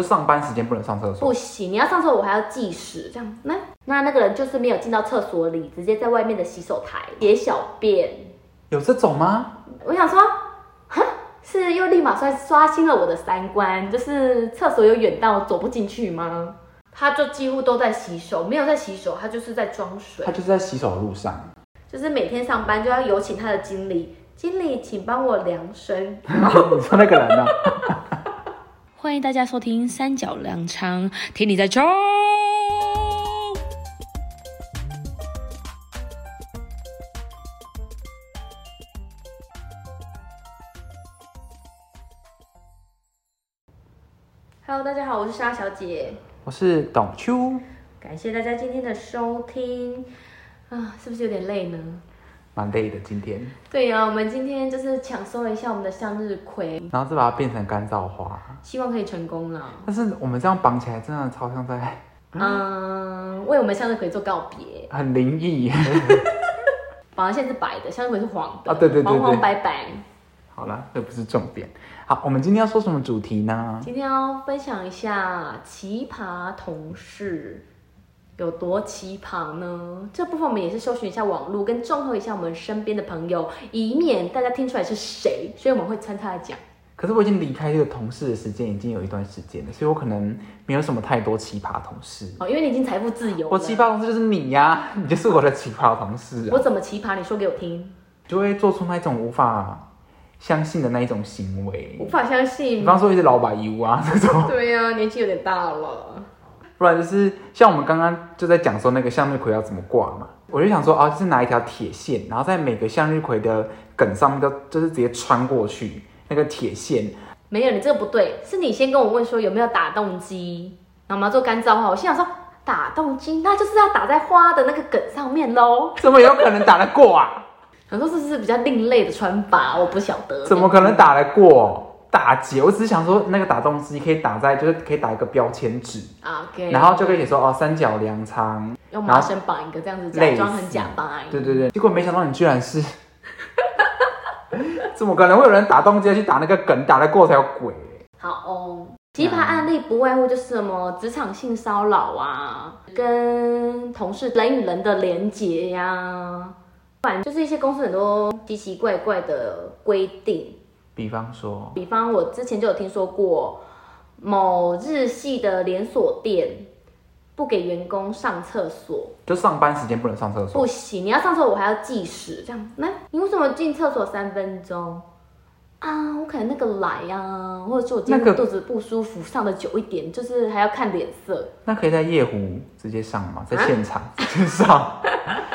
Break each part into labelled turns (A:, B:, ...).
A: 就上班时间不能上厕所
B: 不。行，你要上厕所我还要计时，这样那那那个人就是没有进到厕所里，直接在外面的洗手台解小便。
A: 有这种吗？
B: 我想说，哈，是又立马刷刷新了我的三观，就是厕所有远到走不进去吗？他就几乎都在洗手，没有在洗手，他就是在装水
A: 他，就是在洗手的路上，
B: 就是每天上班就要有请他的经理，经理请帮我量身。
A: 你说那个人呢？
C: 欢迎大家收听《三角粮仓》，听你在冲。
B: Hello，大家好，我是莎小姐，
A: 我是董秋，
B: 感谢大家今天的收听啊，是不是有点累呢？
A: 蛮累的今天，
B: 对呀、我们今天就是抢收了一下我们的向日葵，
A: 然后再把它变成干燥花。
B: 希望可以成功啊了。
A: 但是我们这样绑起来，真的超像在
B: 啊嗯，为我们向日葵做告别。
A: 很灵异。
B: 反而现在是白的，向日葵是黄的
A: 啊对对对对
B: 黄黄白白。
A: 好了，这不是重点。好，我们今天要说什么主题呢？
B: 今天要分享一下奇葩同事有多奇葩呢？这部分我们也是搜寻一下网络，跟综合一下我们身边的朋友，以免大家听出来是谁，所以我们会穿插来讲。
A: 可是我已经离开这个同事的时间已经有一段时间了，所以我可能没有什么太多奇葩同事。
B: 哦，因为你已经财富自由了，
A: 我奇葩同事就是你呀、你就是我的奇葩同事啊
B: 我，怎么奇葩？你说给我听，
A: 就会做出那种无法相信的那一种行为
B: 无，法相 信
A: 比。方说一些老板油啊这种，
B: 对呀、年纪有点大了。
A: 不然就是像我们刚刚就在讲说那个向日葵要怎么挂嘛，我就想说啊，就是拿一条铁线，然后在每个向日葵的梗上面都就是直接穿过去那个铁线，
B: 没有，你这个不对，是你先跟我问说有没有打动机，然后我们要做干燥花。我心想说打动机，那就是要打在花的那个梗上面喽。
A: 怎么有可能打得过啊？
B: 想说这是比较另类的穿法，我不晓得。
A: 怎么可能打得过？打结，我只是想说那个打洞机可以打在就是可以打一个标签纸，
B: ？OK，
A: 然后就可以写说哦三角粮仓，
B: 用麻绳绑一个这样子，假
A: 类
B: 装
A: 似
B: 很假掰。
A: 对对对，结果没想到你居然是， 怎么可能会有人打洞接去打那个梗，打得过才有鬼？
B: 好哦，奇葩案例不外乎就是什么职场性骚扰啊，跟同事人与人的连结呀、反正就是一些公司很多奇奇怪怪的规定。
A: 比方说，
B: 比方我之前就有听说过，某日系的连锁店不给员工上厕所，
A: 就上班时间不能上厕所，
B: 不行，你要上厕所我还要计时，这样，那你为什么进厕所三分钟？啊，我可能那个来呀、啊，或者是我今
A: 那个
B: 天肚子不舒服，上的久一点，就是还要看脸色。
A: 那可以在夜壶直接上吗？在现场 直接上？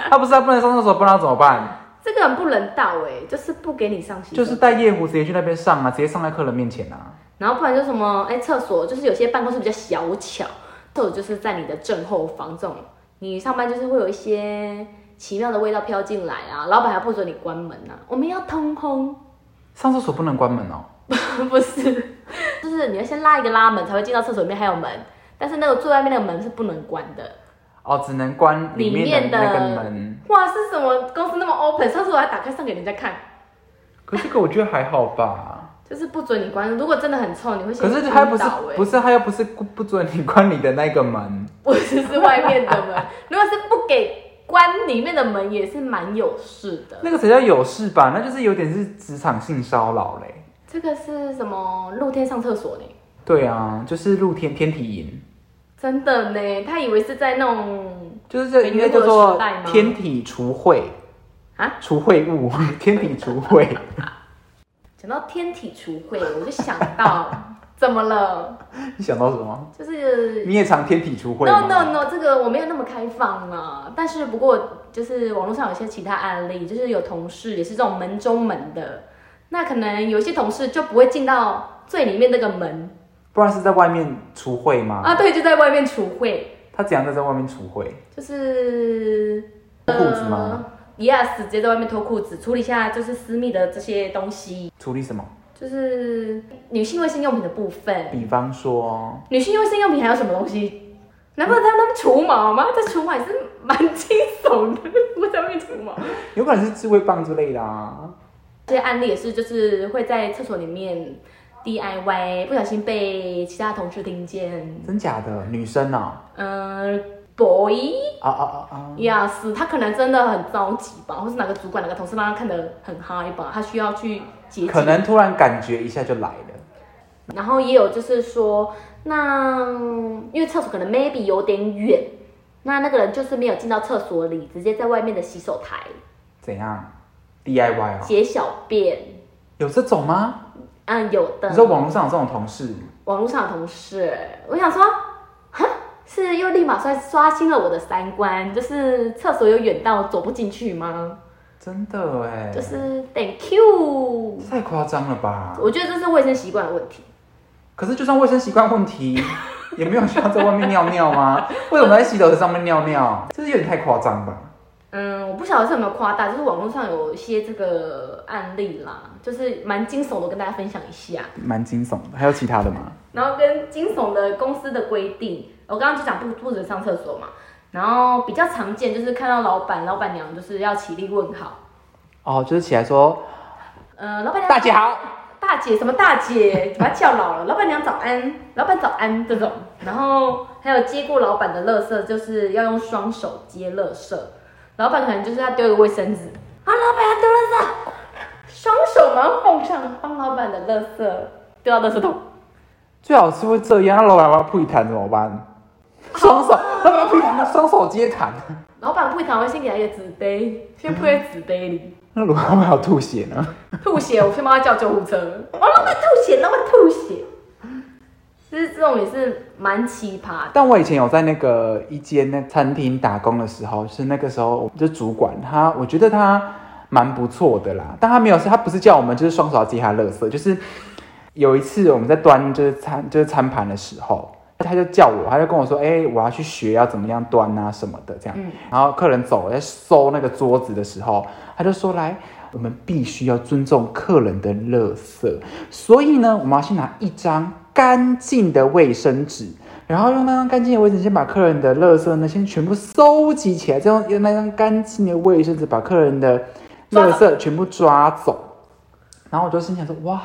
A: 他、不是他不能上厕所，不然要怎么办？
B: 这个很不人道哎、就是不给你上洗手，
A: 就是带夜壶直接去那边上啊，直接上在客人面前啊。
B: 然后不然就什么哎，厕所就是有些办公室比较小巧，厕所就是在你的正后方这种，你上班就是会有一些奇妙的味道飘进来啊，老板还不准你关门啊呐、我们要通风，
A: 上厕所不能关门哦。
B: 不是，就是你要先拉一个拉门才会进到厕所里面还有门，但是那个最外面那个门是不能关的。
A: 哦，只能关里面的那个门。
B: 哇，是什么公司那么 open？上次我还打开上给人家看，
A: 可这个我觉得还好吧。
B: 就是不准你关。如果真的很臭，你会先
A: 可是他不是
B: 晕倒欸
A: 不是他又不是不不准你关你的那个门，
B: 不只是外面的 门，如果是不给关里面的门，也是蛮有事的。
A: 那个才叫有事吧？那就是有点是职场性骚扰嘞。
B: 这个是什么？露天上厕所呢？
A: 对啊，就是露天天体营，
B: 真的呢？他以为是在那种
A: 就是这应该叫
B: 没遇过的时
A: 做
B: 代吗
A: 天体除秽
B: 啊，
A: 除秽物， 天体除秽。
B: 讲到天体除秽，我就想到怎么了？
A: 你想到什么？
B: 就是
A: 你也常天体除秽吗
B: no no no，这个我没有那么开放啊。但是不过就是网络上有一些其他案例，就是有同事也是这种门中门的，那可能有些同事就不会进到最里面那个门
A: 不然是在外面除秽吗？
B: 啊，对，就在外面除秽。
A: 他怎样在在外面除秽？
B: 就是呃
A: 脱裤子吗？
B: yes，直接在外面脱裤子，处理一下就是私密的这些东西，
A: 处理什么？
B: 就是女性卫生用品的部分。
A: 比方说，
B: 女性卫生用品还有什么东西？难怪他们那么除毛吗？这除毛也是蛮惊悚的，我在外面除毛。
A: 有可能是智慧棒之类的啊。
B: 这些案例也是，就是会在厕所里面 DIY，不小心被其他同事听见，
A: 真假的女生哦，
B: 嗯、b o y
A: 啊啊啊啊，
B: Yes，他可能真的很着急吧，或是哪个主管、哪个同事让他看得很嗨吧，他需要去解决。
A: 可能突然感觉一下就来了，
B: 然后也有就是说，那嗯因为厕所可能 maybe 有点远，那那个人就是没有进到厕所里，直接在外面的洗手台
A: 怎样？DIY 哦，
B: 解小便。
A: 有这种吗？
B: 嗯，有的
A: 你。说网络上有这种同事，
B: 网络上的同事，我想说，哈，是又立马刷刷新了我的三观，就是厕所有远到走不进去吗？
A: 真的哎，
B: 就是 Thank you。
A: 太夸张了吧？
B: 我觉得这是卫生习惯的问题。
A: 可是就算卫生习惯问 题，也没有需要在外面尿尿吗？为什么在洗手台上面尿尿？这是有点太夸张吧？
B: 嗯，我不晓得是有没有夸大，就是网络上有一些这个案例啦，就是蛮惊悚的，跟大家分享一下。
A: 蛮惊悚的。还有其他的吗？
B: 然后跟惊悚的公司的规定，我刚刚就讲不不准上厕所嘛。然后比较常见就是看到老板、老板娘就是要起立问好，
A: 哦，就是起来说
B: 呃，老板娘
A: 大姐好，
B: 大姐什么大姐， 把她叫老了，老板娘早安，老板早安这种。然后还有接过老板的垃圾，就是要用双手接垃圾，老板可能就是要丢一个卫生纸，啊，老板要丢垃圾，双手马上奉上，帮老板的垃圾丢到垃圾桶。
A: 最好是会这样，那老板要不要一谈怎么办？双 手，老板要不一谈，双手接谈。
B: 老板不糖会先给他一个纸杯，先铺在纸杯里。
A: 那如果老板要吐血呢？
B: 吐血，我先帮他叫救护车。哦，老板吐血，老板吐血。其实这种也是蛮奇葩的。
A: 但我以前有在那个一间那餐厅打工的时候，是那个时候就主管他，我觉得他蛮不错的啦，但他没有，他不是叫我们就是双手要接他垃圾，就是有一次我们在端就是餐就是餐盘的时候，他就叫我，他就跟我说，哎、我要去学要怎么样端啊什么的这样，
B: 嗯
A: 然后客人走了在收那个桌子的时候，他就说来。我们必须要尊重客人的垃圾，所以呢，我们要先拿一张干净的卫生纸，然后用那张干净的卫生纸先把客人的垃圾呢先全部收集起来，再用用那张干净的卫生纸把客人的垃圾全部抓走。然后我就心想说，哇，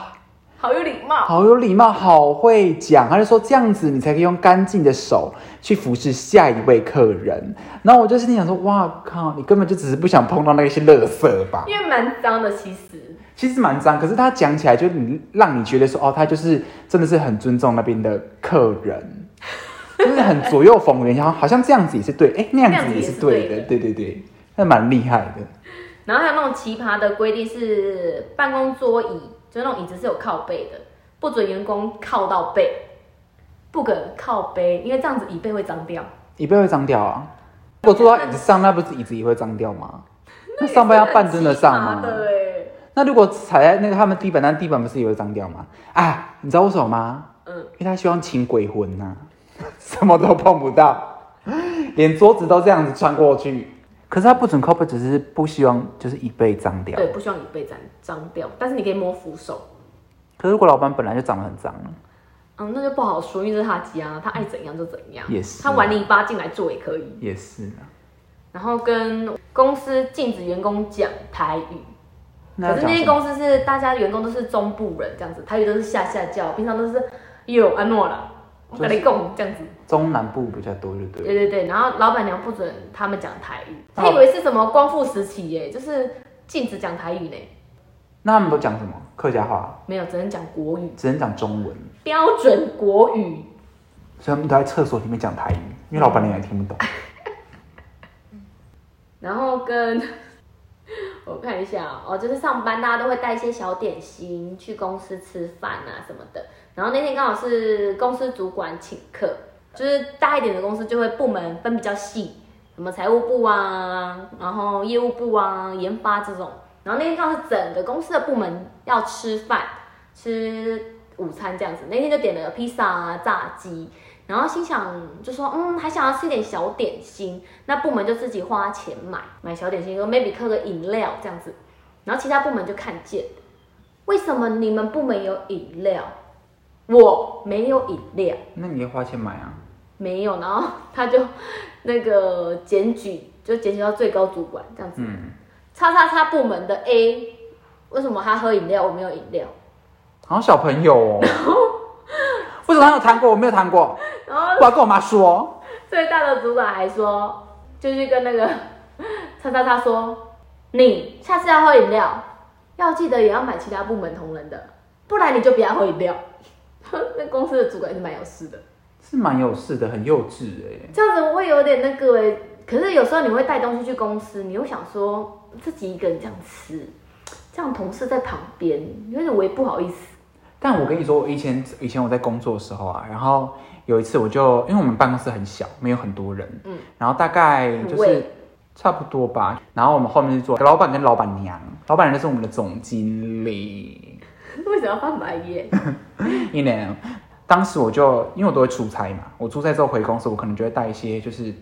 B: 好有礼貌。
A: 好有礼貌，好会讲。他就说这样子你才可以用干净的手去服侍下一位客人。然后我就心里想说，哇靠，你根本就只是不想碰到那些垃圾吧？
B: 因为蛮脏的，其实
A: 其实蛮脏，可是他讲起来就你让你觉得说，哦，他就是真的是很尊重那边的客 人，就是很左右逢源，然后好像这样子也是对，哎，那样子也是对
B: 那样
A: 的，
B: 子
A: 对对对，那蛮厉害的。
B: 然后还有那种奇葩的规定是办公桌椅，就是那种椅子是有靠背的，不准员工靠到背，不可靠背，因为这样子椅背会脏掉。
A: 椅背会脏掉啊，如果坐到椅子上，那不是椅子也会脏掉吗？那上班要半蹲的上吗？
B: 对，
A: 那如果踩在那个他们地板，那地板不是也会脏掉吗？啊，你知道为什么吗？
B: 嗯，
A: 因为他希望请鬼魂呐、 什么都碰不到， 连桌子都这样子穿过去。可是他不准靠背，只是不希望就是椅背脏掉。
B: 对，不希望椅背脏脏掉，但是你可以摸扶手。
A: 可是如果老板本来就长得很脏了，
B: 嗯，那就不好说，因为这是他家，他爱怎样就怎样。
A: 也是
B: 他玩泥巴进来做也可以。
A: 也是啊。
B: 然后跟公司禁止员工讲台语，
A: 那
B: 可
A: 要讲什
B: 是那些
A: 么
B: 公司是大家员工都是中部人这样子，台语都是下下叫，平常都是有安诺啦，我跟你讲这样子。
A: 中南部比较多，就对了。
B: 对对对，然后老板娘不准他们讲台语，
A: 哦
B: 他以为是什么光复时期耶，就是禁止讲台语呢，
A: 那他们都讲什么？客家话，
B: 没有，只能讲国语，
A: 只能讲中文，
B: 标准国语。
A: 所以他们都在厕所里面讲台语，因为老板娘也听 不懂。
B: 然后跟 我看一下哦哦，就是上班大家都会带一些小点心去公司吃饭啊什么的。然后那天刚好是公司主管请客，就是大一点的公司就会部门分比较细，什么财务部啊，然后业务部啊，研发这种。然后那天刚好是整个公司的部门要吃饭，吃午餐这样子。那天就点了披萨啊、炸鸡，然后心想就说，嗯，还想要吃点小点心，那部门就自己花钱买买小点心，说 maybe 喝个饮料这样子，然后其他部门就看见，为什么你们部门有饮料，我没有饮料，
A: 那你要花钱买啊？
B: 没有，然后他就那个检举，就检举到最高主管这样子，
A: 嗯，
B: 叉叉叉部门的 A，为什么他喝饮料我没有饮料？
A: 好像小朋友哦。为什么他有谈过？我没有谈过，
B: 然后
A: 我要跟我妈说。
B: 最大的组长还说，就是跟那个 叉叉叉说，你下次要喝饮料，要记得也要买其他部门同仁的，不然你就不要喝饮料。 那公司的主管是蛮有事的，
A: 是蛮有事的，很幼稚哎、
B: 这样子会有点那个哎、可是有时候你会带东西去公司，你又想说自己一个人这样吃，这样同事在旁边，有点微不好意思。
A: 但我跟你说，我以前以前我在工作的时候啊，然后有一次我就因为我们办公室很小，没有很多人，
B: 嗯
A: 嗯，然后大概就
B: 五
A: 是
B: 位
A: 差不多吧。然后我们后面是做老板跟老板娘，老板娘就是我们的总经理，
B: 为什么要翻白眼？
A: 一年。当时我就因为我都会出差嘛，我出差之后回公司，我可能就会带一些就是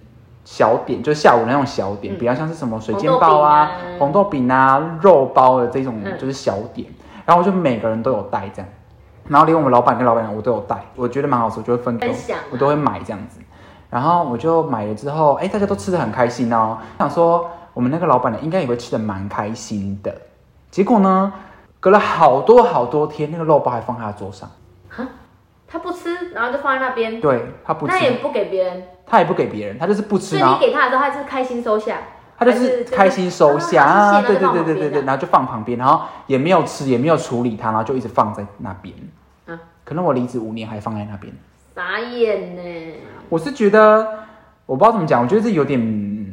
A: 小点，就是下午那种小点，
B: 嗯
A: 比较像是什么水煎包啊、红
B: 红
A: 豆饼啊、肉包的这种
B: 嗯
A: 就是小点，然后我就每个人都有带这样，然后连我们老板跟老板娘我都有带，我觉得蛮好吃，我就会分给我
B: 分享啊
A: 我都会买这样子。然后我就买了之后，哎，大家都吃的很开心哦。想说我们那个老板娘应该也会吃的蛮开心的。结果呢，隔了好多好多天，那个肉包还放在他桌上，
B: 他不吃，然后就放在那边，
A: 对他不吃
B: 那，也不给别人，
A: 他也不给别人，他就是啊不吃，
B: 所以
A: 然
B: 你
A: 后
B: 给他的时候，他就是开心收下，
A: 他就
B: 还
A: 是开心收下啊，对对对对对对，，然后就放旁边，然后也没有吃，也没有处理它，然后就一直放在那边。
B: 啊
A: 可能我离职五年还放在那边，
B: 傻眼呢。
A: 我是觉得我不知道怎么讲，我觉得这有点嗯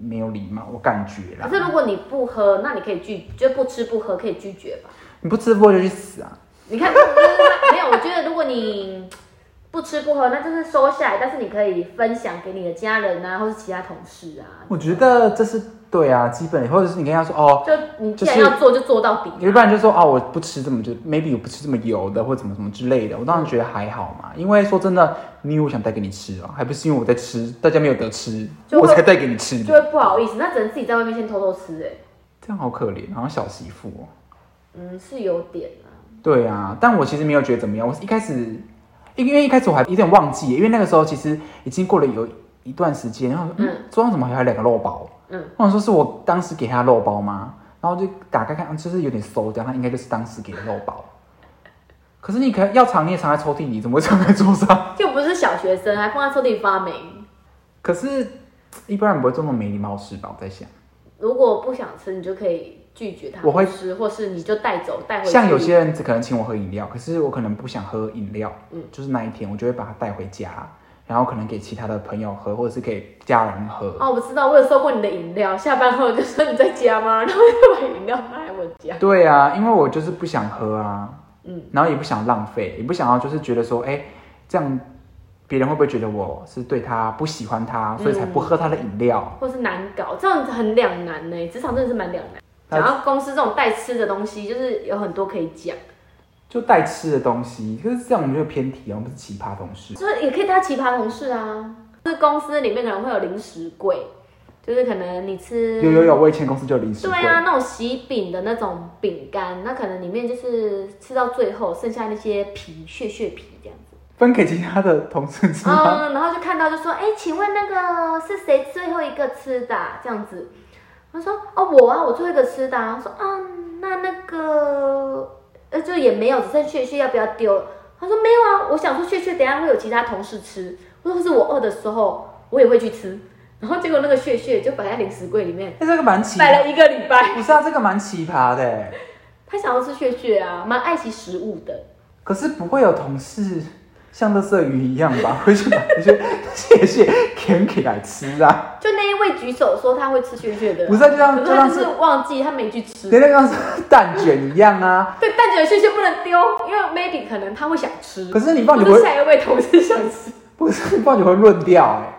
A: 没有礼貌，我感觉啦
B: 可。是如果你不喝，那你可以拒，就不吃不喝可以拒绝吧。
A: 你不吃不喝就去死啊！
B: 你 看，就是他没有，我觉得如果你不吃不喝，那就是收下来，但是你可以分享给你的家人啊，或是其他同事啊。
A: 我觉得这是对啊，基本或者是你跟他说哦，
B: 就你既然
A: 就是
B: 要做，就做到底。
A: 有一般人就说啊、我不吃这么就 maybe 我不吃这么油的或怎么怎么之类的，我当然觉得还好嘛，因为说真的，你以为我想带给你吃啊，还不是因为我在吃，大家没有得吃，
B: 就会
A: 我才带给你吃
B: 就
A: 的，
B: 会不好意思，那只能自己在外面先偷偷吃、哎，
A: 这样好可怜，好像小媳妇哦。
B: 嗯，是有点啊。
A: 对啊，但我其实没有觉得怎么样，我一开始，因为一开始我还有点忘记，因为那个时候其实已经过了有一段时间，然后嗯
B: 嗯，
A: 桌上怎么还有两个肉包？
B: 嗯，
A: 我想说是我当时给他肉包吗？然后就打开看，嗯就是有点馊掉，他应该就是当时给的肉包。可是你可要藏你也藏在抽屉里，怎么会藏在桌上？
B: 就不是小学生，还放在抽屉里发霉。
A: 可是一般人不会做那么没礼貌的事吧？我在想，
B: 如果不想吃，你就可以拒绝他，
A: 我会
B: 不吃，或是你就带走带回去。
A: 像有些人只可能请我喝饮料，可是我可能不想喝饮料，
B: 嗯
A: 嗯，就是那一天我就会把它带回家，然后可能给其他的朋友喝，或者是给家人喝。
B: 哦，我知道，我有收过你的饮料，下班后就说你在家吗？然后就把饮料放在我家。
A: 对啊，因为我就是不想喝啊，
B: 嗯
A: 嗯，然后也不想浪费，也不想要就是觉得说，哎、这样别人会不会觉得我是对他不喜欢他，所以才不喝他的饮料？
B: 或是难搞，这样子很两难呢、职场真的是蛮两难。
A: 那
B: 讲到公司这种带吃的东西，就是有很多可以讲，就
A: 就带吃的东西，可是这样我们就偏题了，我们是奇葩同事。
B: 是也可以当奇葩同事啊。就是公司里面可能会有零食柜，就是可能你吃
A: 有有有，我以前公司就有零食
B: 嗯对
A: 柜，
B: 啊，那种喜饼的那种饼干，那可能里面就是吃到最后剩下那些皮屑屑皮这样子。
A: 分给其他的同 事吃吗？
B: 嗯，然后就看到就说，哎、请问那个是谁最后一个吃的啊、这样子，他说，哦，我啊，我最后一个吃的、啊。我说，啊，那那个，呃，就也没有，只剩血血，要不要丢？他说没有啊，我想说血血，等一下会有其他同事吃。我说，是我饿的时候，我也会去吃。然后结果那个血血就摆在零食柜里 面，
A: 哎、这个蛮奇
B: 摆了一个礼拜。
A: 不是啊，这个蛮奇葩的欸。
B: 他想要吃血血啊，蛮爱惜食物的。
A: 可是不会有同事像乐色鱼一样吧？ 回去把这些谢谢舔起来吃啊？
B: 就那一位举手说他会吃血血的啊，
A: 不是啊就像
B: 可是
A: 就
B: 他
A: 像
B: 就是
A: 是
B: 忘记他没去吃。
A: 连那个是蛋卷一样啊。
B: 对，蛋卷屑屑不能丢，因为 maybe 可能他会想吃，
A: 可是你放你
B: 或者
A: 回，
B: 下一位同事想吃，
A: 不是你放你回论掉哎、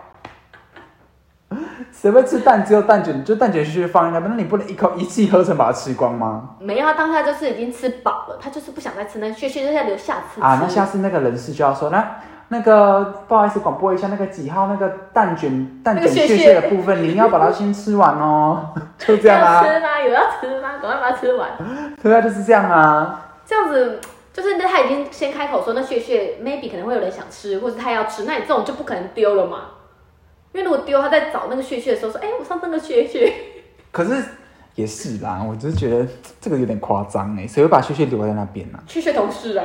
A: 谁会吃蛋？只有蛋卷，就蛋卷屑屑放在那边，那你不能一口一气呵成把它吃光吗？
B: 没有，他啊当下就是已经吃饱了，他就是不想再吃那屑屑，就是要留下次吃。
A: 啊，那下次那个人事就要说，那那个不好意思，广播一下那个几号那个蛋卷蛋卷屑屑的部分，你要把它先吃完哦， 就这样
B: 要
A: 啊，
B: 吃吗？有要吃吗？赶快把它吃完。
A: 对啊，就是这样啊。
B: 这样子就是他已经先开口说那屑屑 maybe 可能会有人想吃，或者他要吃，那你这种就不可能丢了嘛。因为如果丢，他在找那个屑屑的时候说，哎、我上次那个屑屑，
A: 可是也是啦，我只是觉得这个有点夸张哎，谁会把血血留在那边呢、
B: 去学同事啊，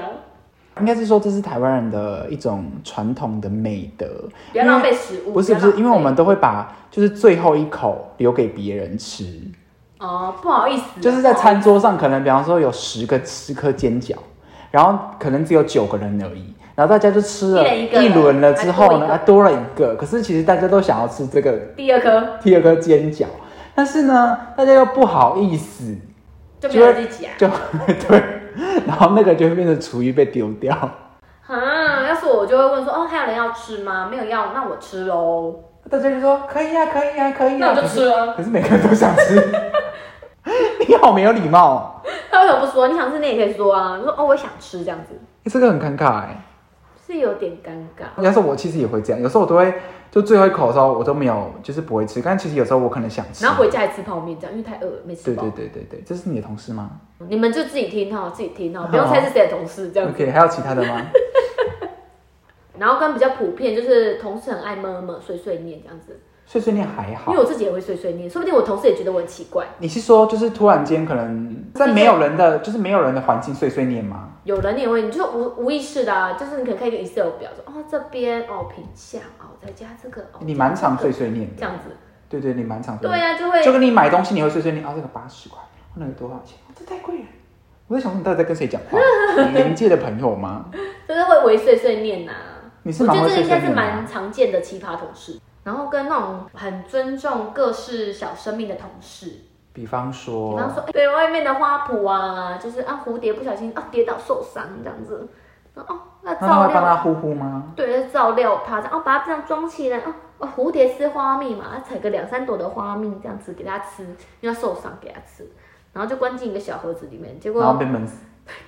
A: 应该是说这是台湾人的一种传统的美德，
B: 不要浪费食物。
A: 不是
B: 要
A: 不是
B: 浪，费
A: 因为我们都会把就是最后一口留给别人吃，
B: 哦不好意思，
A: 就是在餐桌上可能比方说有十个十颗煎饺，然后可能只有九个人而已，然后大家就吃了
B: 一人一个
A: 轮了之后呢，还
B: 还
A: 多了一个，可是其实大家都想要吃这个
B: 第二颗
A: 第二颗煎饺，但是呢，大家又不好意思，
B: 就没有自己啊。
A: 就对，然后那个就会变成厨余被丢掉。
B: 啊，要是我就会问说，哦，还有人要吃吗？没有要，那我吃喽。
A: 大家就说可以啊，可以啊，可以啊，
B: 那我就
A: 可是
B: 吃了
A: 可是每个人都想吃， 你好没有礼貌哦、
B: 他为什么不说？你想吃你也可以说啊。你说哦，我想吃这样子，
A: 欸这个很尴尬哎、
B: 是有点尴尬。
A: 要是我其实也会这样，有时候我都会就最后一口的时候我都没有，就是不会吃，但其实有时候我可能想吃。
B: 然后回家也吃泡面，这样因为太饿了，没吃
A: 对
B: 饱。
A: 对对对对，这是你的同事吗
B: 你们就自己听哈，自己听哦哈，不用猜是谁的同事这样子。
A: ？OK，还有其他的吗？
B: 然后跟比较普遍就是同事很爱闷闷碎碎念这样子，
A: 碎碎念还
B: 因
A: 好
B: 为。我自己也会碎碎念，说不定我同事也觉得我很奇怪。
A: 你是说就是突然间可能在没有人的就是没有人的环境碎碎念吗？
B: 有人也会，你就无无意识的、啊，就是你可能看一个 Excel 表，说哦这边哦品相哦再加这个哦
A: 你蛮常碎碎念的，
B: 这样子，
A: 对对，你蛮常碎
B: 对
A: 碎念。
B: 呀、就会
A: 就跟你买东西你会碎碎念啊，这个八十块，那个多少钱？啊这太贵了。我在想说你到底在跟谁讲话？你临界的朋友吗？
B: 就是会微碎碎念呐、啊。
A: 你是
B: 我
A: 蛮
B: 觉
A: 会
B: 得这
A: 碎
B: 个应该
A: 碎
B: 是
A: 念的
B: 蛮
A: 啊。
B: 常见的奇葩同事，然后跟那种很尊重各式小生命的同事，
A: 比方说，
B: 比方说、哎对外面的花圃啊，就是啊蝴蝶不小心啊跌倒受伤这样子，然后哦那
A: 那他
B: 照
A: 会帮
B: 料
A: 他呼呼吗？
B: 对，就照料它，然后把它这样装起来哦。哦，蝴蝶吃花蜜嘛，采个两三朵的花蜜这样子给它吃，因为它受伤给它吃，然后就关进一个小盒子里面，结
A: 然后
B: 果
A: 被闷死。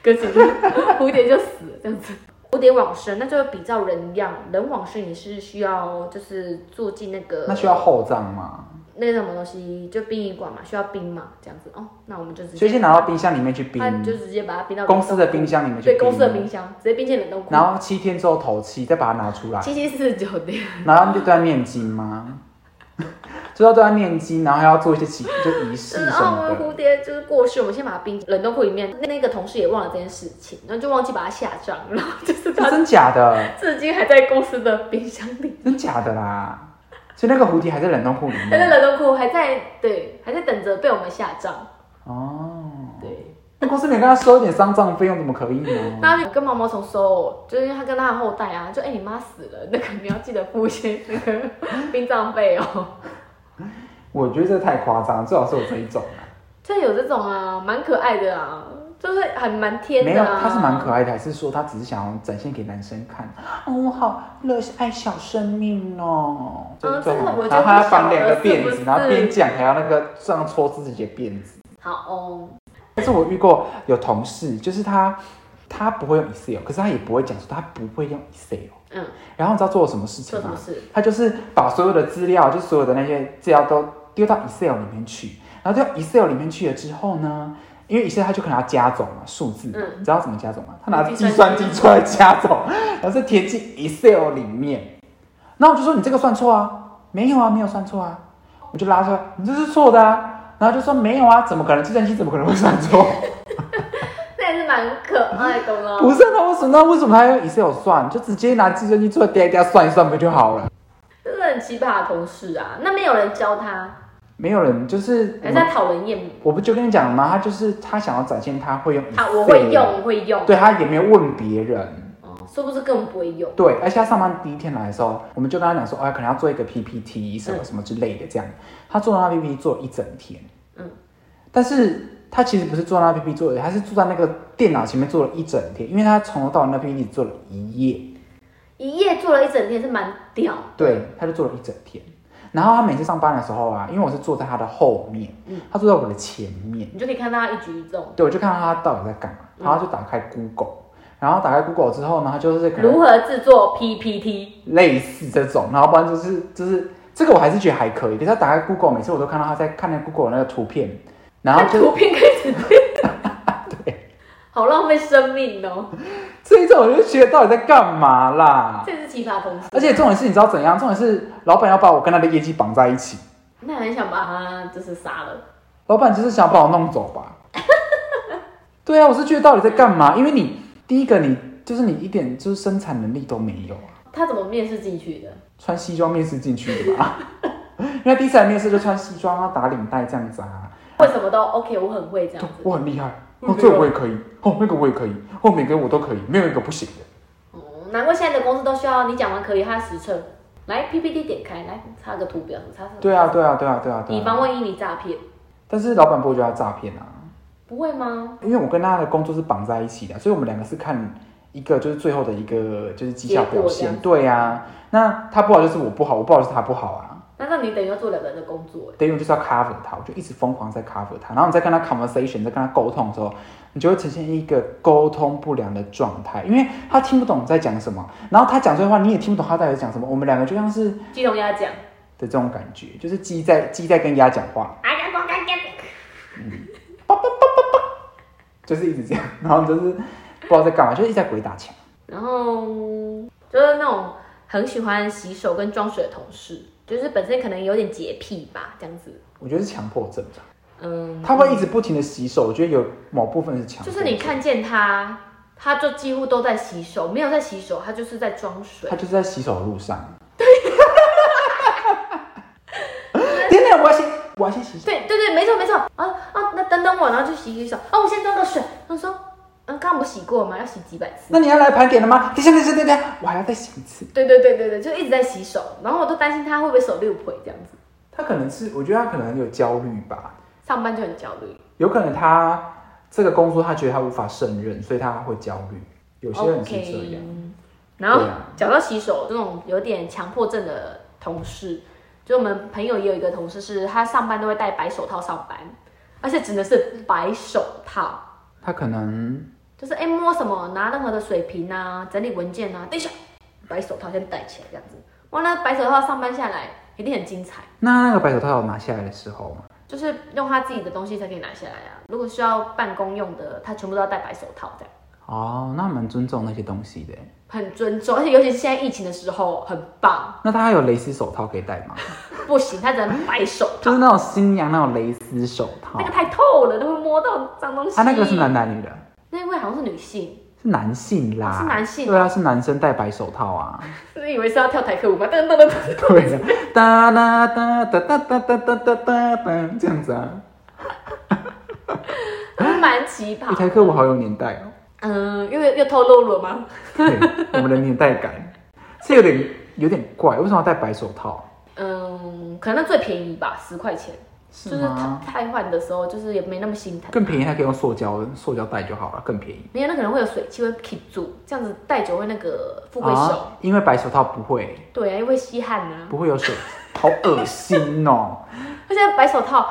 B: 鸽子就 蝴蝶就死了这样子。蝴蝶往生，那就会比照人一样，人往生也是需要就是住进那个
A: 那需要厚葬吗？
B: 那个什么东西，就殡仪馆嘛，需要冰嘛这样子哦。那我们就直接
A: 所以先拿到冰箱里面去冰
B: 他，啊就直接把它冰到
A: 公司的冰箱里面去
B: 对，
A: 冰，
B: 公司的冰箱直接冰进冷冻库。
A: 然后七天之后透气，再把它拿出来，
B: 七七四十九点，
A: 然后就对它念经吗？ 就要对它念经，然后还要做一些祈就仪
B: 就
A: 式
B: 是
A: 什
B: 哦，
A: 么
B: 我们
A: 的。
B: 蝴蝶就是过世，我们先把它冰冷冻库里面。那那个同事也忘了这件事情，然后就忘记把它下葬，然后就是
A: 是
B: 它
A: 真假的？
B: 至今还在公司的冰箱里，
A: 真假的啦！所以那个蝴蝶还在冷冻库里
B: 还在
A: 面。
B: 冷冻库，还在对，还在等着被我们下葬。
A: 哦，
B: 对，
A: 那公司没跟他收一点丧葬费用，怎么可以呢？
B: 然后就跟毛毛虫说，就是因为他跟他的后代啊，就哎、你妈死了，那个你要记得付一些那个 殡葬费哦。
A: 我觉得这太夸张，最好是有这一种啊。
B: 就有这种啊，蛮可爱的啊，就是还蛮天
A: 没
B: 的、
A: 有，
B: 啊。
A: 他是蛮可爱的，还是说他只是想要展现给男生看？哦，我好热爱小生命哦。
B: 嗯
A: 这种
B: 这个我
A: 然
B: 觉得
A: 后他要绑两个
B: 不小了
A: 辫
B: 是不
A: 子，
B: 是
A: 然后边讲还要那个这样戳自己的辫子。
B: 好哦，
A: 但是我遇过有同事，就是他他不会用 Excel，可是他也不会讲说他不会用 Excel。
B: 嗯，
A: 然后你知道做了什么事情
B: 做什
A: 吗
B: 么？事？
A: 他就是把所有的资料，就所有的那些资料都丢到 Excel 里面去，然后丢到 Excel 里面去了之后呢，因为 Excel 它就可能要加总嘛，数字嘛，
B: 嗯
A: 你知道怎么加总吗？他拿计算机出来加总，然后再填进 Excel 里面，然后我就说你这个算错啊，没有啊，没有算错啊，我就拉出来，你这是错的啊。然后就说没有啊，怎么可能？计算机怎么可能会算错？
B: 那也是蛮可爱的 啦。
A: 不是，那为什么？那为什么他要 Excel 算？就直接拿计算机出来嗲一嗲算一算不就好了？
B: 就是很奇葩的同事啊，那没有人教他，
A: 没有人就是我
B: 还
A: 们
B: 是他讨人厌。
A: 我不就跟你讲了吗？他就是他想要展现他会用，
B: 他啊我会用，，我会用，
A: 对他也没有问别人，
B: 哦，是不是根本不会用？
A: 对，而且他上班第一天来的时候，我们就跟他讲说，哎、可能要做一个 PPT 什么
B: 嗯
A: 什么之类的，这样，他做那 PPT 做一整天，
B: 嗯，
A: 但是他其实不是做那 PPT 做的，他是坐在那个电脑前面做了一整天，因为他从头到尾那 PPT 只做了一页，
B: 一夜做了一整天是蛮屌，
A: 对，他就做了一整天。然后他每次上班的时候啊，因为我是坐在他的后面，
B: 嗯
A: 他坐在我的前面，
B: 你就可以看到他一举一动，
A: 对，我就看到他到底在干嘛，然后就打开 Google，、然后打开 Google 之后呢，他就是可
B: 如
A: 能
B: 何制作 PPT，
A: 类似这种，然后不然就是就是这个我还是觉得还可以，可是他打开 Google，每次我都看到他在看那个 Google 那个图片，然后
B: 看
A: 就
B: 图片开始对， 好浪费生命哦，
A: 这一种我就觉得到底在干嘛啦？
B: 这是奇葩同事。
A: 而且重点是，你知道怎样？重点是老板要把我跟他的业绩绑在一起，
B: 那很想把他就是杀了，
A: 老板就是想把我弄走吧？对啊，我是觉得到底在干嘛？因为你第一个你就是你一点就是生产能力都没有啊，
B: 他怎么面试进去的？
A: 穿西装面试进去的吧？ 因为第一次来面试就穿西装啊，打领带这样子啊，
B: 为什么都 OK？我很会这样
A: 对
B: 子。
A: 我很厉害，
B: 嗯
A: 哦，这个我也可以，哦，那个我也可以，哦，每个我都可以，没有一个不行的。
B: 哦，难怪现在的公司都需要你讲完可以，他实测。来 PPT 点开，来插个图表，插上。
A: 对啊，对啊，对啊，对啊，对
B: 以
A: 啊。
B: 防万一你诈骗，
A: 但是老板不会觉得他诈骗啊，
B: 不会吗？
A: 因为我跟他的工作是绑在一起的，所以我们两个是看一个就是最后的一个就是绩效表
B: 结果这样
A: 现。
B: 子
A: 对啊，那他不好就是我不好，我不好就是他不好啊。
B: 那让你等于要做两个人的工作，
A: 等于我就是要 cover 他，我就一直疯狂在 cover 他。然后你在跟他 conversation，在跟他沟通的时候，你就会呈现一个沟通不良的状态，因为他听不懂你在讲什么，然后他讲这些话你也听不懂他到底在讲什么。我们两个就像是的
B: 哎鸡同鸭讲，
A: 这种感觉，就是鸡在鸡在跟鸭讲话，
B: 啊呀呱呱呱呱
A: 就是一直这样，然后就是不知道在干嘛，就是一直在鬼打墙。
B: 然后就是那种很喜欢洗手跟装水的同事，就是本身可能有点洁癖吧，这样子。
A: 我觉得是强迫症吧，
B: 嗯，
A: 他会一直不停的洗手，我觉得有某部分是强
B: 就
A: 迫症，
B: 是你看见他，他就几乎都在洗手，没有在洗手，他就是在装水
A: 他。就是在洗手的路上。 对，等等，我要先我要先洗手。
B: 对对对，没错没错。啊啊，那等等我，然后就洗洗手。哦，我先装个水。他说，嗯，刚刚不洗过吗？要洗几百次？
A: 那你要来盘点了吗？等一下，等一下，等一下，我还要再洗一次。
B: 对对对对对，就一直在洗手，然后我都担心他会不会手六腿这样子，
A: 他可能是，我觉得他可能有焦虑吧，
B: 上班就很焦虑。
A: 有可能他这个工作他觉得他无法胜任，所以他会焦虑。有些人是这样。
B: 然后
A: 对啊
B: 讲到洗手这种有点强迫症的同事，就我们朋友也有一个同事是，他上班都会戴白手套上班，而且指的是白手套，
A: 他可能
B: 就是哎摸什么拿任何的水瓶啊、整理文件啊，等一下白手套先戴起来这样子。哇，那白手套上班下来一定很精彩，
A: 那那个白手套拿下来的时候，
B: 就是用他自己的东西才可以拿下来啊。如果需要办公用的，他全部都要戴白手套这样。
A: 哦，那蛮尊重那些东西的。
B: 很尊重，而且尤其是现在疫情的时候，很棒。
A: 那他还有蕾丝手套可以戴吗？
B: 不行，他只能白手套。
A: 就是那种新娘那种蕾丝手套
B: 那个。太透了，都会摸到脏东西。
A: 哦他、那个是男，男女的，
B: 那位好像是女性，
A: 是男性啦。
B: 是男性
A: 对啊，是男生戴白手套啊。
B: 是以为是要跳台客舞吧？噔噔 噔噔，
A: 对啊，哒哒哒哒哒哒哒哒哒哒哒，这样子啊。
B: 蛮奇
A: 舞
B: 葩。
A: 台课我好有年代哦，
B: 嗯，又又透露了吗？
A: 对，我们的年代感是有点有点怪，为什么要戴白手套？
B: 嗯，可能那最便宜吧，十块钱，就是是
A: 吗？
B: 汰汰换的时候，就是也没那么心疼。
A: 更便宜还可以用塑胶塑胶袋就好了，更便宜。
B: 没有，那可能会有水汽会 keep 住，这样子戴久会那个富贵手。
A: 啊，因为白手套不会
B: 对啊，因为吸汗啊，
A: 不会有水，好恶 心哦。
B: 而且白手套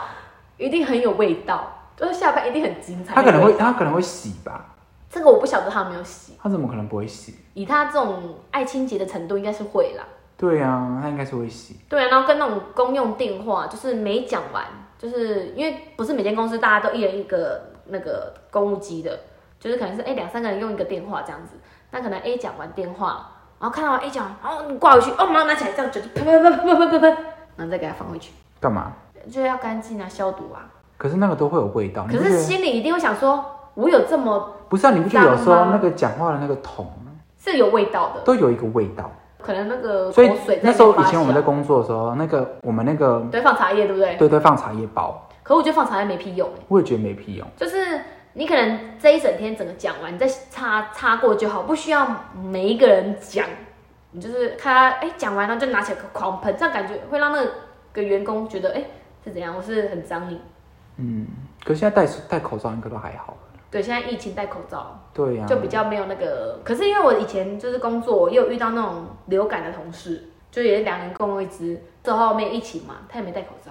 B: 一定很有味道，就是下班一定很精彩。
A: 他可能会他可能会洗吧，
B: 这个我不晓得他有没有洗，
A: 他怎么可能不会洗？
B: 以他这种爱清洁的程度，应该是会啦。
A: 对啊，他应该是会洗。
B: 对啊，然后跟那种公用电话，就是没讲完，就是因为不是每间公司大家都一人一个那个公务机的，就是可能是哎两三个人用一个电话这样子，那可能 A 讲完电话，然后看到 A 讲完，然后你挂回去，哦，马上拿起来这样就啪啪啪啪啪啪啪，然后再给它放回去，
A: 啊干嘛？
B: 就是要干净啊，消毒啊。
A: 可是那个都会有味道，你
B: 可
A: 不
B: 是
A: 觉得？
B: 心里一定会想说，我有这么
A: 不是啊，你不觉得有时
B: 脏
A: 候
B: 吗
A: 那个讲话的那个桶
B: 是有味道的，
A: 都有一个味道？
B: 可能那个
A: 所以
B: 口水在
A: 那
B: 里
A: 时候
B: 发
A: 以前我们在
B: 酵
A: 工作的时候，那个我们那个
B: 对放茶叶对不对？
A: 对对放茶叶包，
B: 可我觉得放茶叶没屁用、欸
A: 我也觉得没屁用。
B: 就是你可能这一整天整个讲完，你再擦擦过就好，不需要每一个人讲。你就是看他哎讲完，然后就拿起来狂喷，这样感觉会让那个员工觉得哎是怎样，我是很脏你。
A: 嗯，可是现在戴手戴口罩应该都还好。
B: 对，现在疫情戴口罩
A: 对啊呀、
B: 就比较没有那个，可是因为我以前就是工作，也有遇到那种流感的同事，就也是两人共用一只，之后面疫情嘛，他也没戴口罩，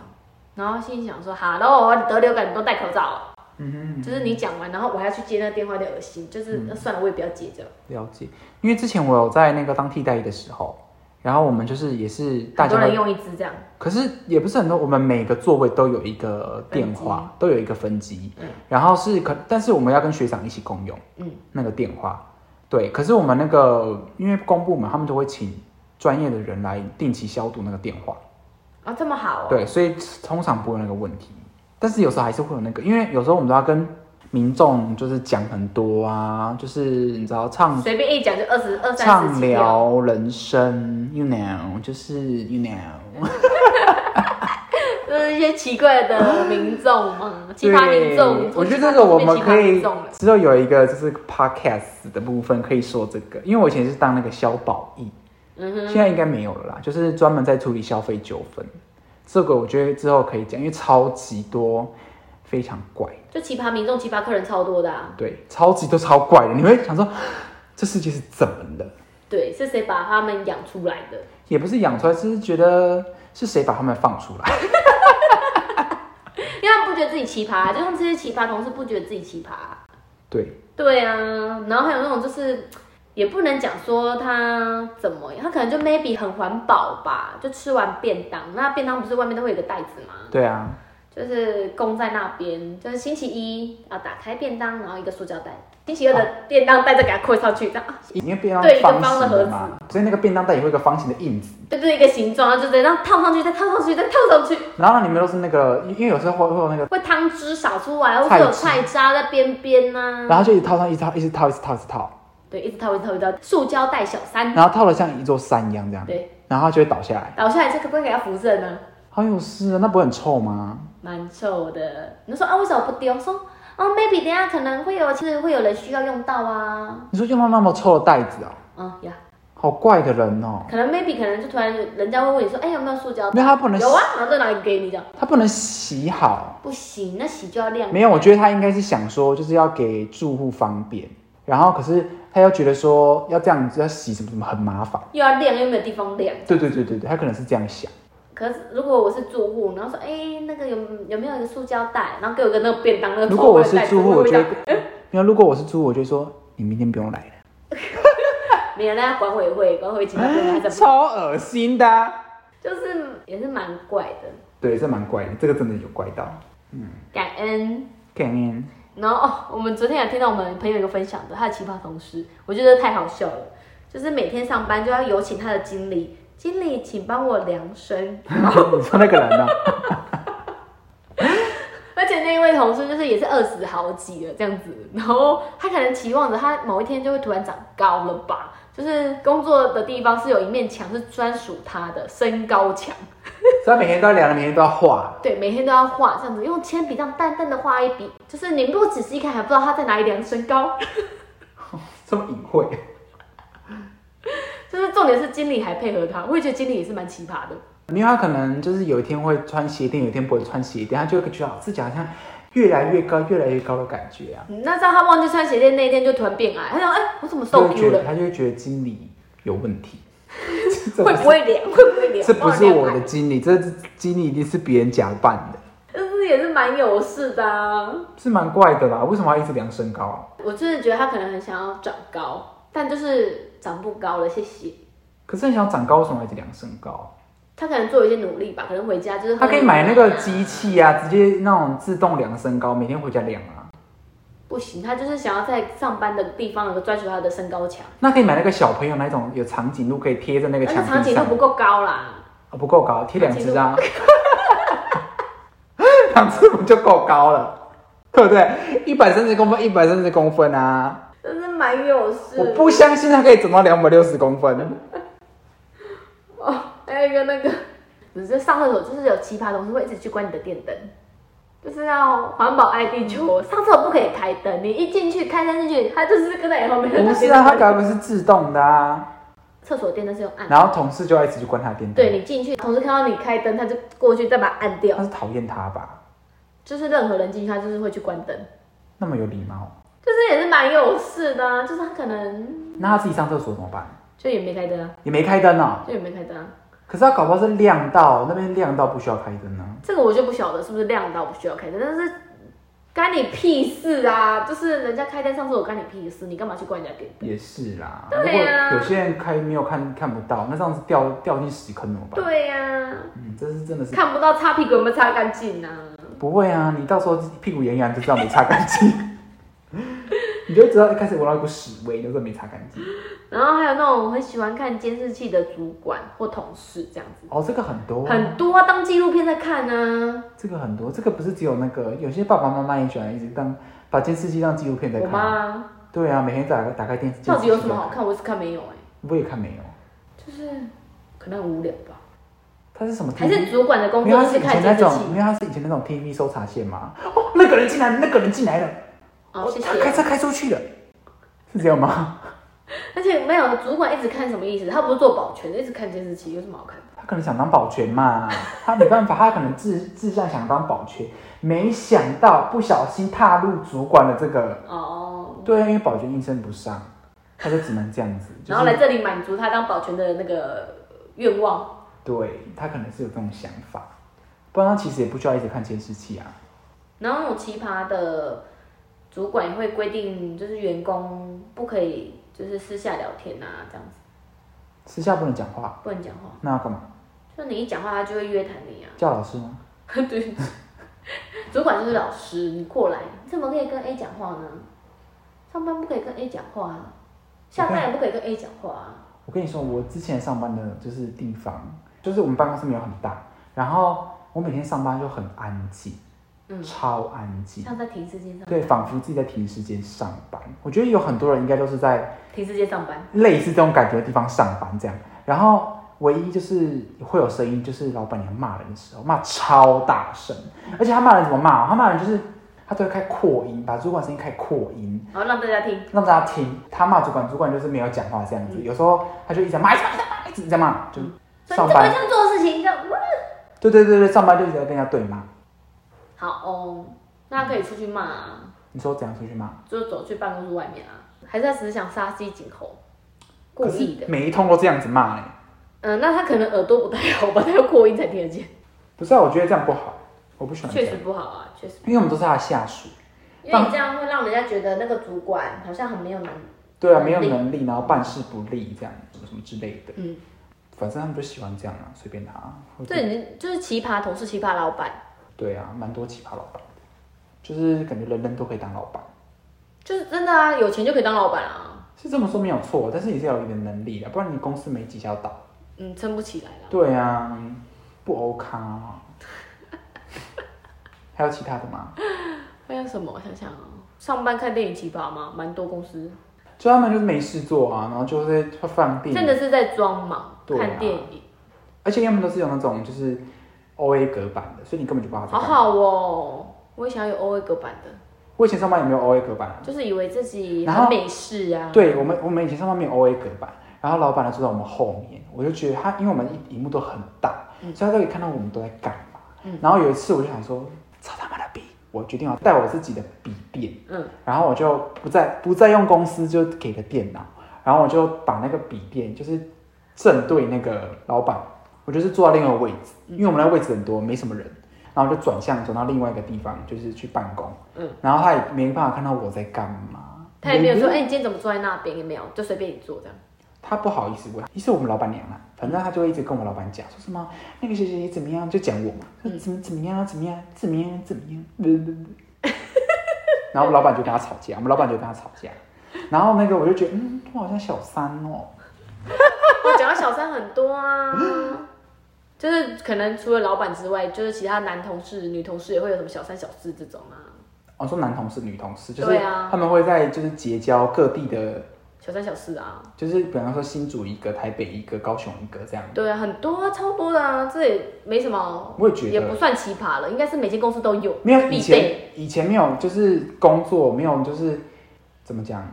B: 然后心里想说哈喽，你得流感你都戴口罩哦、
A: 嗯
B: 就是你讲完，然后我还要去接那个电话，有点恶心。就是、那算了，我也不要接这样。
A: 哼，了解。因为之前我有在那个当替代役的时候，然后我们就是也是大
B: 很
A: 家
B: 多
A: 会
B: 人用一支这样，
A: 可是也不是很多，我们每个座位都有一个电话，都有一个分机，
B: 嗯
A: 然后是可，但是我们要跟学长一起共用，
B: 嗯
A: 那个电话，对。可是我们那个因为公部门他们都会请专业的人来定期消毒那个电话，
B: 啊，这么好哦。
A: 对，所以通常不会有那个问题。但是有时候还是会有那个，因为有时候我们都要跟民众就是讲很多啊，就是你知道唱
B: 随便一讲就二十二三十
A: 畅
B: 几秒，
A: 聊人生，you know，就是 you know，
B: 就是呃一些奇怪的民 众嘛，奇葩
A: 对
B: 民众。
A: 我觉得这个我们可
B: 变奇葩民
A: 以
B: 众了
A: 之后有一个就是 podcast 的部分可以说这个，因为我以前是当那个消保义，
B: 嗯哼，
A: 现在应该没有了啦，就是专门在处理消费纠纷。这个我觉得之后可以讲，因为超级多，非常怪，
B: 就奇葩民众、奇葩客人超多的啊。
A: 对，超级都超怪的，你会想说这世界是怎么了？
B: 对，是谁把他们养出来的？
A: 也不是养出来，只是觉得是谁把他们放出来？
B: 因为他们不觉得自己奇葩，啊就他们这些奇葩同事不觉得自己奇葩。啊
A: 对，
B: 对啊，然后还有那种就是也不能讲说他怎么样，他可能就 maybe 很环保吧，就吃完便当，那便当不是外面都会有一个袋子吗？
A: 对啊，
B: 就是供在那边，就是星期一啊，打开便当，然后一个塑胶袋，星期二的便当袋再给它扣上去，这样啊，
A: 因为便当
B: 对一个
A: 方
B: 方
A: 形
B: 的盒
A: 的
B: 子
A: 嘛，所以那个便当袋也会有一个方形的印子。
B: 对对，一个形状，然后就直接这样套上去，再套上去，再套上去，
A: 然后里面都是那个，因为有时候会会有那个，
B: 会汤汁洒出来，或者有
A: 菜
B: 菜渣在边边呐、
A: 然后就一直套上，一直套，一直套，一直套，一直套，
B: 对，一直套，一直套，一直套，塑胶袋小三，
A: 然后套的像一座山一样这样，
B: 对，
A: 然后它就会倒下来。
B: 倒下来这可不可以给它扶正呢？
A: 好有事啊，那不会很臭吗？
B: 蛮臭的。你说啊，为什么不丢？说哦，maybe 等一下可能会有，其实会有人需要用到啊。
A: 你说用到那么臭的袋子哦，
B: 嗯呀，
A: 好怪的人哦，
B: 可能 maybe 可能就突然人家会问你说，哎、有没有塑胶
A: 没
B: 袋？
A: 有他不能洗
B: 有，啊，然后再拿一个给你这样。
A: 他不能洗好，
B: 不行，那洗就要晾。
A: 没有，我觉得他应该是想说就是要给住户方便，然后可是他又觉得说要这样子要洗什么什么很麻烦，
B: 又要晾，又没有地方晾。
A: 对对对对对，他可能是这样想，
B: 可是如果我是住户，然后说，哎、那个有有没有一个塑胶袋？然后给我一个那个便当那个
A: 如果
B: 口
A: 我
B: 味
A: 是
B: 的袋子，
A: 住户，
B: 会不
A: 我
B: 会
A: 觉得
B: 这样
A: 没有，如果我是住户，我就说你明天不用来 了。
B: 没有，那管委会，管委会其实
A: 啊
B: 还是
A: 超恶心的、啊
B: 就是也是蛮怪的，
A: 对，这蛮怪的，这个真的有怪到。
B: 感恩。
A: 感恩，
B: 然后、哦、我们昨天有听到我们朋友一个分享的，他的奇葩同事，我觉得太好笑了。就是每天上班就要有请他的经理，经理请帮我量身。
A: 你说那个人呢、啊
B: 而且那一位同事就是也是二十好几了这样子，然后他可能期望着他某一天就会突然长高了吧。就是工作的地方是有一面墙是专属他的身高墙，
A: 所以他每天都要量，每天都要画，
B: 对，每天都要画这样子，用铅笔这样淡淡的画一笔，就是你如果仔细看还不知道他在哪里量身高。
A: 这么隐晦。
B: 就是重点是经理还配合他，我也觉得经理也是蛮奇葩的。
A: 因为他可能就是有一天会穿鞋垫，有一天不会穿鞋垫，他就会觉得自己好像越来越高，越来越高的感觉啊。
B: 嗯那知道他忘记穿鞋垫那一天就突然变矮，他想，哎、我怎么
A: 就
B: 瘦
A: 会
B: 丢
A: 觉得
B: 了？
A: 他就会觉得经理有问题。这
B: 会
A: 不
B: 不会凉？ 会不会哦凉？
A: 这不是
B: 忘了
A: 我的
B: 量
A: 经理，这是经理一定是别人假扮的，
B: 矮，就是也是蛮有事的、啊。
A: 是蛮怪的啦。为什么要一直量身高啊？
B: 我真的觉得他可能很想要长高，但就是长不高了，谢谢。
A: 可是很想长高，为什么要一直量身高啊？
B: 他可能做一些努力吧，可能回家就是喝
A: 他可以买那个机器啊，直接那种自动量身高，每天回家量啊。
B: 不行，他就是想要在上班的地方有个专属他的身高墙，
A: 那可以买那个小朋友那种有长颈鹿可以贴在那个
B: 但
A: 墙
B: 是长
A: 壁
B: 颈
A: 上
B: 鹿，不够高啦。
A: 啊不够高，贴两只啊， 两只不就够高了，对不对？一百三十公分，一百三十公分啊！
B: 真是蛮有事
A: 我不相信它可以长到两百六十公分。
B: 哦，还有一个那个， 只是上厕所就是有奇葩同事会一直去关你的电灯，就是要环保爱地
A: 嗯
B: 球，上厕所不可以开灯，你一进去开灯进去，他就是跟在你后面。
A: 不是啊，它该不是自动的啊？
B: 厕所电灯是用按的，
A: 然后同事就要一直去关他的电灯，
B: 对你进去，同事看到你开灯，他就过去再把它按掉
A: 他，是讨厌他吧？
B: 就是任何人进去他就是会去关灯，
A: 那么有礼貌，
B: 就是也是蛮有事的、啊，就是他可能
A: 那他自己上厕所怎么办？
B: 就也没开灯啊，
A: 也没开灯哦。
B: 就也没开灯啊，
A: 可是他搞不好是亮到那边亮到不需要开灯呢、
B: 这个我就不晓得是不是亮到不需要开灯，但是。干你屁事啊！就是人家开灯上厕所干你屁事，你干嘛去关人家电灯？
A: 也是啦，如
B: 对啊
A: 果有些人开没有看看不到，那这样子掉掉进屎坑怎么办？
B: 对呀、
A: 嗯，这是真的是
B: 看不到擦屁股有没有擦干净啊？
A: 不会啊，你到时候屁股痒痒就知道没擦干净。你就知道开始闻到一股屎味，就是没擦干净。
B: 然后还有那种我很喜欢看监视器的主管或同事这样子，
A: 哦，这个很多，
B: 很多啊，当纪录片在看啊。
A: 这个很多，这个不是只有那个，有些爸爸妈妈也喜欢一直当把监视器当纪录片在
B: 我
A: 看。
B: 妈
A: 对啊，每天打开打开电视，
B: 到底有什
A: 监视
B: 么好
A: 器
B: 看？我是看没有哎、
A: 在看？我也看没有，
B: 就是可能很无聊吧。
A: 它是什么 TV？
B: 还是主管的工
A: 因为
B: 作
A: 它
B: 就是是
A: 以前
B: 看
A: 那
B: 监视
A: 种，因
B: 器
A: 为它是以前那种 TV 搜查线嘛。哦，那个人进来了，那个人进来了，
B: 哦，谢谢
A: 他。开车开出去了，是这样吗？
B: 而且没有主管一直看什么意思？他不是做保全的，一直看监视器有什么好看的？
A: 他可能想当保全嘛，他没办法，他可能志志向想当保全，没想到不小心踏入主管的这个，
B: 哦，
A: 对，啊因为保全应声不上，他就只能这样子。就是、
B: 然后来这里满足他当保全的那个愿望。
A: 对他可能是有这种想法，不然他其实也不需要一直看监视器啊。
B: 然后那种奇葩的主管也会规定，就是员工不可以就是私下聊天啊，这样子
A: 私下不能讲话，
B: 不能讲话。
A: 那要干嘛？
B: 就你一讲话，他就会约谈你啊。
A: 叫老师吗？
B: 对，主管就是老师，你过来，你怎么可以跟 A 讲话呢？上班不可以跟 A 讲话啊，下班也不可以跟 A 讲话啊。
A: 我跟你说，我之前上班的就是地方，就是我们办公室没有很大，然后我每天上班就很安静，
B: 嗯
A: 超安静，
B: 像在停尸间上，
A: 对，仿佛自己在停尸间上班。我觉得有很多人应该都是在
B: 停尸间上班，
A: 类似这种感觉的地方上班这样，然后。唯一就是会有声音，就是老板娘骂人的时候，骂超大声，而且他骂人怎么骂哦？他骂人就是他都会开扩音，把主管声音开扩音，
B: 然后让大家听。
A: 让大家听他骂主管，主管就是没有讲话这
B: 嗯
A: 样子。有时候他就一直在骂，一直骂，一直在骂，就
B: 所
A: 上
B: 以你怎么会
A: 班
B: 这。样做事情？这样哇
A: 对对对对，上班就一直在跟人家对骂。
B: 好哦，那可以出去骂、啊，
A: 你说怎样出去骂？
B: 就走去办公室外面啊，还是他只是想杀鸡儆猴，故
A: 可
B: 意
A: 是
B: 的。
A: 每一通都这样子骂欸嘞、
B: 嗯、那他可能耳朵不太好吧，他要扩音才听得见，
A: 不是啊，我觉得这样不好，我不喜欢这
B: 确
A: 样
B: 实，不好啊，确实。
A: 因为我们都是他的下属。
B: 因为你这样会让人家觉得那个主管好像很没有能
A: 对啊，没有
B: 能力
A: 能力，然后办事不力，这样什么什么之类的。
B: 嗯，
A: 反正他们就喜欢这样啊，随便他啊。或者
B: 对，你就是奇葩同事、奇葩老板，
A: 对啊，蛮多奇葩老板的，就是感觉人人都可以当老板，
B: 就是真的啊，有钱就可以当老板啊，
A: 是这么说没有错，但是也是要有一点能力的，啊不然你公司没几下倒。
B: 嗯，撑不起来了。
A: 对啊，嗯不欧咖、啊。还有其他的吗？
B: 还有什么？我想想啊，上班看电影奇葩吗？蛮多公司
A: 就他们就是没事做啊，然后就会会放电
B: 真
A: 影，
B: 的是在装忙、
A: 对啊
B: 看电影，
A: 而且他们都是有那种就是 O A 隔板的，所以你根本就不知道他
B: 好
A: 在干嘛。
B: 好哦。我也想要有 O A 隔板的，
A: 我以前上班也没有 O A 隔板啊、
B: 就是以为自己
A: 然后
B: 很美式啊。
A: 对我们我们以前上班没有 O A 隔板，然后老板呢坐在我们后面，我就觉得他因为我们一荧幕都很大，
B: 嗯
A: 所以他可以看到我们都在干嘛。然后有一次我就想说，操他妈的逼！我决定要带我自己的笔电，
B: 嗯，
A: 然后我就不再不再用公司就给的电脑，然后我就把那个笔电就是正对那个老板，我就是坐到另外一个位置，
B: 嗯
A: 因为我们那位置很多，没什么人，然后我就转向走到另外一个地方，就是去办公，
B: 嗯，
A: 然后他也没办法看到我在干嘛，
B: 他也没有说，哎、你今天怎么坐在那边？也没有，就随便你坐这样。
A: 他不好意思问，也是我们老板娘啊，反正他就会一直跟我们老板讲，说什么那个谁谁谁怎么样，就讲我嘛，说
B: 嗯
A: 怎么怎么样啊，怎么样啊，怎么样啊，怎么样啊，不不不 然后我们老板就跟他吵架，我们老板就跟他吵架，然后那个我就觉得，嗯，我好像小三哦，
B: 我讲到小三很多啊，就是可能除了老板之外，就是其他男同事、女同事也会有什么小三、小四这种啊，
A: 我、说男同事、女同事，就是
B: 对啊
A: 他们会在就是结交各地的，
B: 小三、小四啊，
A: 就是比方说新竹一个、台北一个、高雄一个这样。
B: 对啊，很多啊，超多的啊，这也没什么，
A: 我也觉得
B: 也不算奇葩了，应该是每间公司都有，
A: 没有以
B: 必
A: 前
B: 备。
A: 以前没有，就是工作没有，就是怎么讲，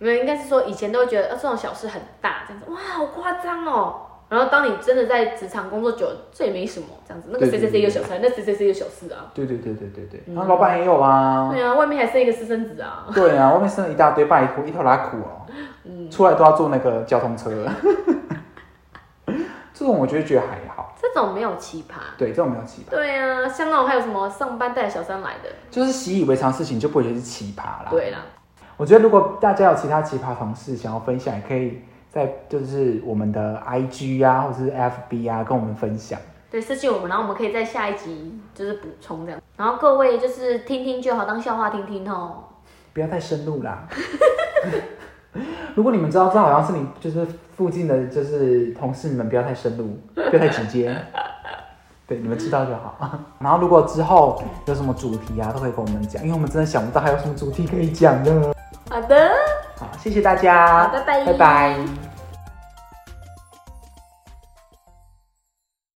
B: 没有，应该是说以前都会觉得、呃、这种小事很大，这样子，哇，好夸张哦。然后当你真的在职场工作久，了，这也没什么，这样子，那个
A: 对对
B: 谁谁
A: 对
B: 谁有小三，那谁谁谁有小四啊，
A: 对对对对对对，然后老板也有啊，
B: 对啊，外面还生一个私生子啊，
A: 对啊，外面生了一大堆拜托，一头拉苦哦，出来都要坐那个交通车。 这种我就觉得还好，
B: 这种没有奇葩。
A: 对，这种没有奇葩，
B: 对啊，像那种还有什么上班带小三来的，
A: 就是习以为常的事情就不会觉得是奇葩啦。
B: 对啦，
A: 我觉得如果大家有其他奇葩同事想要分享，也可以在就是我们的 IG 啊，或者是 FB 啊，跟我们分享。
B: 对，私信我们，然后我们可以在下一集就是补充这样。然后各位就是听听就好，当笑话听听哦。
A: 不要太深入啦。 如果你们知道，这好像是你就是附近的就是同事们，不要太深入，不要太直 接。对，你们知道就好。然后如果之后有什么主题啊，都可以跟我们讲，因为我们真的想不到还有什么主题可以讲的。
B: 好的，
A: 好，谢谢大家，
B: 好拜拜
A: 拜拜。